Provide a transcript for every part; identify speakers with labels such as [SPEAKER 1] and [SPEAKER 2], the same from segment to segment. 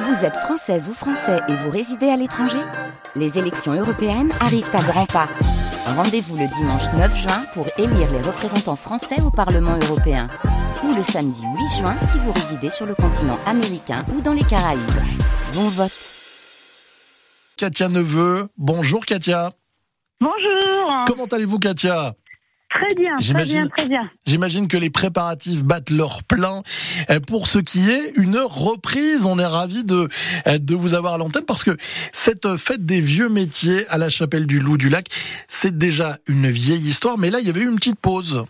[SPEAKER 1] Vous êtes française ou français et vous résidez à l'étranger Les élections européennes arrivent à grands pas. Rendez-vous le dimanche 9 juin pour élire les représentants français au Parlement européen. Ou le samedi 8 juin si vous résidez sur le continent américain ou dans les Caraïbes. Bon vote
[SPEAKER 2] Katia Neveu. Bonjour Katia.
[SPEAKER 3] Bonjour.
[SPEAKER 2] Comment allez-vous Katia
[SPEAKER 3] Très bien, très
[SPEAKER 2] J'imagine-
[SPEAKER 3] bien, très bien.
[SPEAKER 2] J'imagine que les préparatifs battent leur plein Euh, pour ce qui est une heure reprise. On est ravis de, euh, de vous avoir à l'antenne parce que cette euh, fête des vieux métiers à la chapelle du Loup du Lac, c'est déjà une vieille histoire, mais là, il y avait eu une petite pause.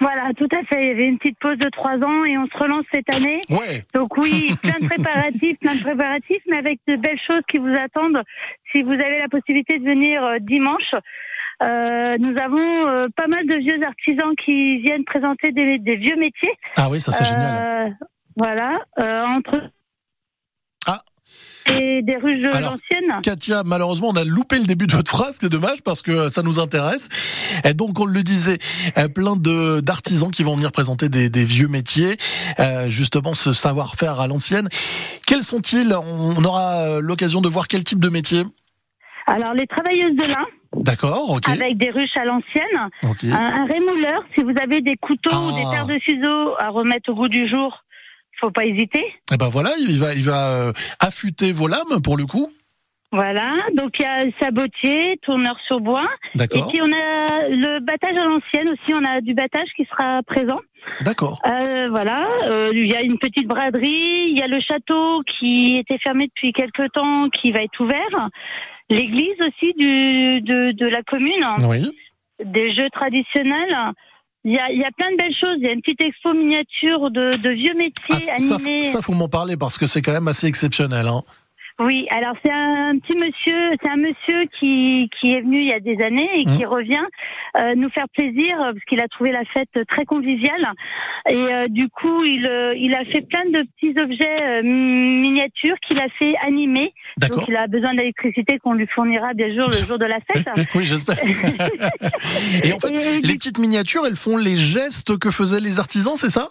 [SPEAKER 3] Voilà, tout à fait. Il y avait une petite pause de trois ans et on se relance cette année.
[SPEAKER 2] Ouais.
[SPEAKER 3] Donc oui, plein de préparatifs, plein de préparatifs, mais avec de belles choses qui vous attendent si vous avez la possibilité de venir euh, dimanche. Euh, nous avons euh, pas mal de vieux artisans qui viennent présenter des, des vieux métiers.
[SPEAKER 2] Ah oui, ça c'est génial.
[SPEAKER 3] Euh, Voilà, euh, entre
[SPEAKER 2] Ah.
[SPEAKER 3] et des ruches
[SPEAKER 2] Alors,
[SPEAKER 3] anciennes.
[SPEAKER 2] Katia, malheureusement, on a loupé le début de votre phrase, c'est dommage parce que euh, ça nous intéresse. Et donc, on le disait, euh, plein de d'artisans qui vont venir présenter des, des vieux métiers, euh, justement ce savoir-faire à l'ancienne. Quels sont-ils On aura euh, l'occasion de voir quel type de métier.
[SPEAKER 3] Alors les travailleuses de lin
[SPEAKER 2] D'accord, ok,
[SPEAKER 3] avec des ruches à l'ancienne.
[SPEAKER 2] ok.
[SPEAKER 3] Un, un rémouleur, si vous avez des couteaux ou des
[SPEAKER 2] Ah.
[SPEAKER 3] paires de ciseaux à remettre au goût du jour, faut pas hésiter.
[SPEAKER 2] Et ben voilà, il va, il va euh, affûter vos lames pour le coup.
[SPEAKER 3] Voilà, donc il y a sabotier, tourneur sur bois. Et
[SPEAKER 2] D'accord,
[SPEAKER 3] puis on a le battage à l'ancienne aussi, on a du battage qui sera présent.
[SPEAKER 2] d'accord.
[SPEAKER 3] Euh, voilà, euh, il y a une petite braderie, il y a le château qui était fermé depuis quelque temps, qui va être ouvert. L'église aussi du, de, de la commune.
[SPEAKER 2] Oui.
[SPEAKER 3] des jeux traditionnels. Il y, a, il y a plein de belles choses. Il y a une petite expo miniature de, de vieux métiers
[SPEAKER 2] Ah, ça,
[SPEAKER 3] animés.
[SPEAKER 2] ça, faut m'en parler parce que c'est quand même assez exceptionnel. Hein.
[SPEAKER 3] Oui, alors c'est un petit monsieur, c'est un monsieur qui, qui est venu il y a des années et
[SPEAKER 2] Mhm.
[SPEAKER 3] qui revient euh, nous faire plaisir euh, parce qu'il a trouvé la fête très conviviale. Et euh, du coup, il, euh, il a fait plein de petits objets euh, miniatures qu'il a fait animer. Donc
[SPEAKER 2] D'accord.
[SPEAKER 3] il a besoin d'électricité qu'on lui fournira bien sûr le jour de la fête.
[SPEAKER 2] Oui, j'espère. Et en fait,
[SPEAKER 3] Et du
[SPEAKER 2] Les petites miniatures, elles font les gestes que faisaient les artisans, c'est ça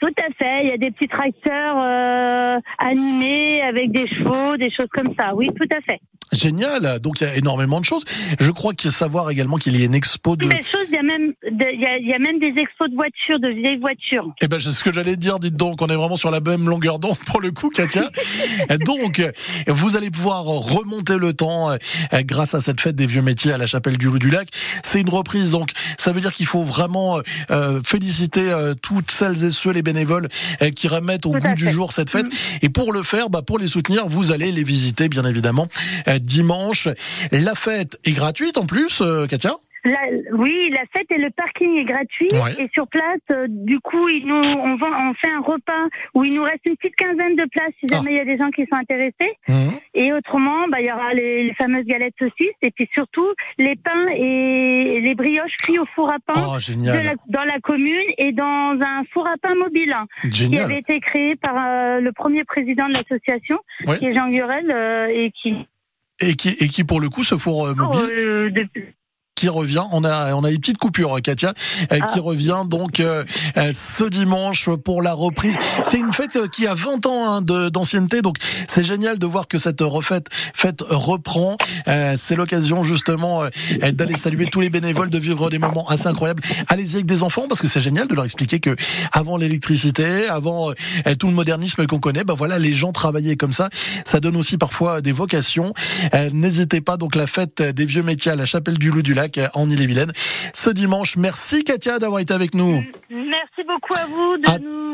[SPEAKER 3] Tout à fait. Il y a des petits tracteurs euh, animés avec des chevaux, des choses comme ça. Oui, tout à fait.
[SPEAKER 2] Génial. Donc il y a énormément de choses. Je crois que savoir également qu'il y a une expo de.
[SPEAKER 3] Toutes les choses. Il y a même, de- il y a, il y a même des expos de voitures, de vieilles voitures.
[SPEAKER 2] Eh ben, c'est ce que j'allais dire. Dites donc, on est vraiment sur la même longueur d'onde pour le coup, Katia. donc, vous allez pouvoir remonter le temps euh, grâce à cette fête des vieux métiers à la chapelle du Loup du Lac. C'est une reprise, donc ça veut dire qu'il faut vraiment euh, euh, féliciter euh, toutes celles et ceux les bénévoles euh, qui remettent au
[SPEAKER 3] Tout à
[SPEAKER 2] goût du
[SPEAKER 3] fait. Mm.
[SPEAKER 2] jour cette fête. Et pour le faire, bah, pour les soutenir, vous allez les visiter, bien évidemment, euh, dimanche. La fête est gratuite en plus, euh, Katia.
[SPEAKER 3] La- oui, la fête et le parking est gratuit.
[SPEAKER 2] Ouais.
[SPEAKER 3] Et sur place, euh, du coup, ils nous, on, vend- on fait un repas où il nous reste une petite quinzaine de places si
[SPEAKER 2] Ah.
[SPEAKER 3] jamais il y a des gens qui sont intéressés.
[SPEAKER 2] Mhm.
[SPEAKER 3] Et autrement, bah, il y aura les, les fameuses galettes saucisses et puis surtout les pains et les brioches cuits au four à pain.
[SPEAKER 2] Oh,
[SPEAKER 3] de
[SPEAKER 2] génial.
[SPEAKER 3] la- dans la commune et dans un four à pain mobile hein, qui
[SPEAKER 2] Génial.
[SPEAKER 3] avait été créé par euh, le premier président de l'association,
[SPEAKER 2] Ouais.
[SPEAKER 3] qui est Jean Gurel, euh, et qui
[SPEAKER 2] Et qui, et qui, pour le coup, se four euh, mobile.
[SPEAKER 3] Euh, depuis-
[SPEAKER 2] qui revient. On a, on a une petite coupure, Katia, euh, qui revient donc euh, euh, ce dimanche pour la reprise. C'est une fête euh, qui a 20 ans hein, de- d'ancienneté, donc c'est génial de voir que cette refaite fête reprend. Euh, c'est l'occasion justement euh, euh, d'aller saluer tous les bénévoles, de vivre des moments assez incroyables. Allez-y avec des enfants parce que c'est génial de leur expliquer que avant l'électricité, avant euh, euh, tout le modernisme qu'on connaît, bah voilà, les gens travaillaient comme ça. Ça donne aussi parfois des vocations. Euh, N'hésitez pas, donc la fête des vieux métiers à la chapelle du Loup du Lac euh, en Ille-et-Vilaine ce dimanche. Merci Katia d'avoir été avec nous.
[SPEAKER 3] Merci beaucoup à vous de
[SPEAKER 2] À-
[SPEAKER 3] nous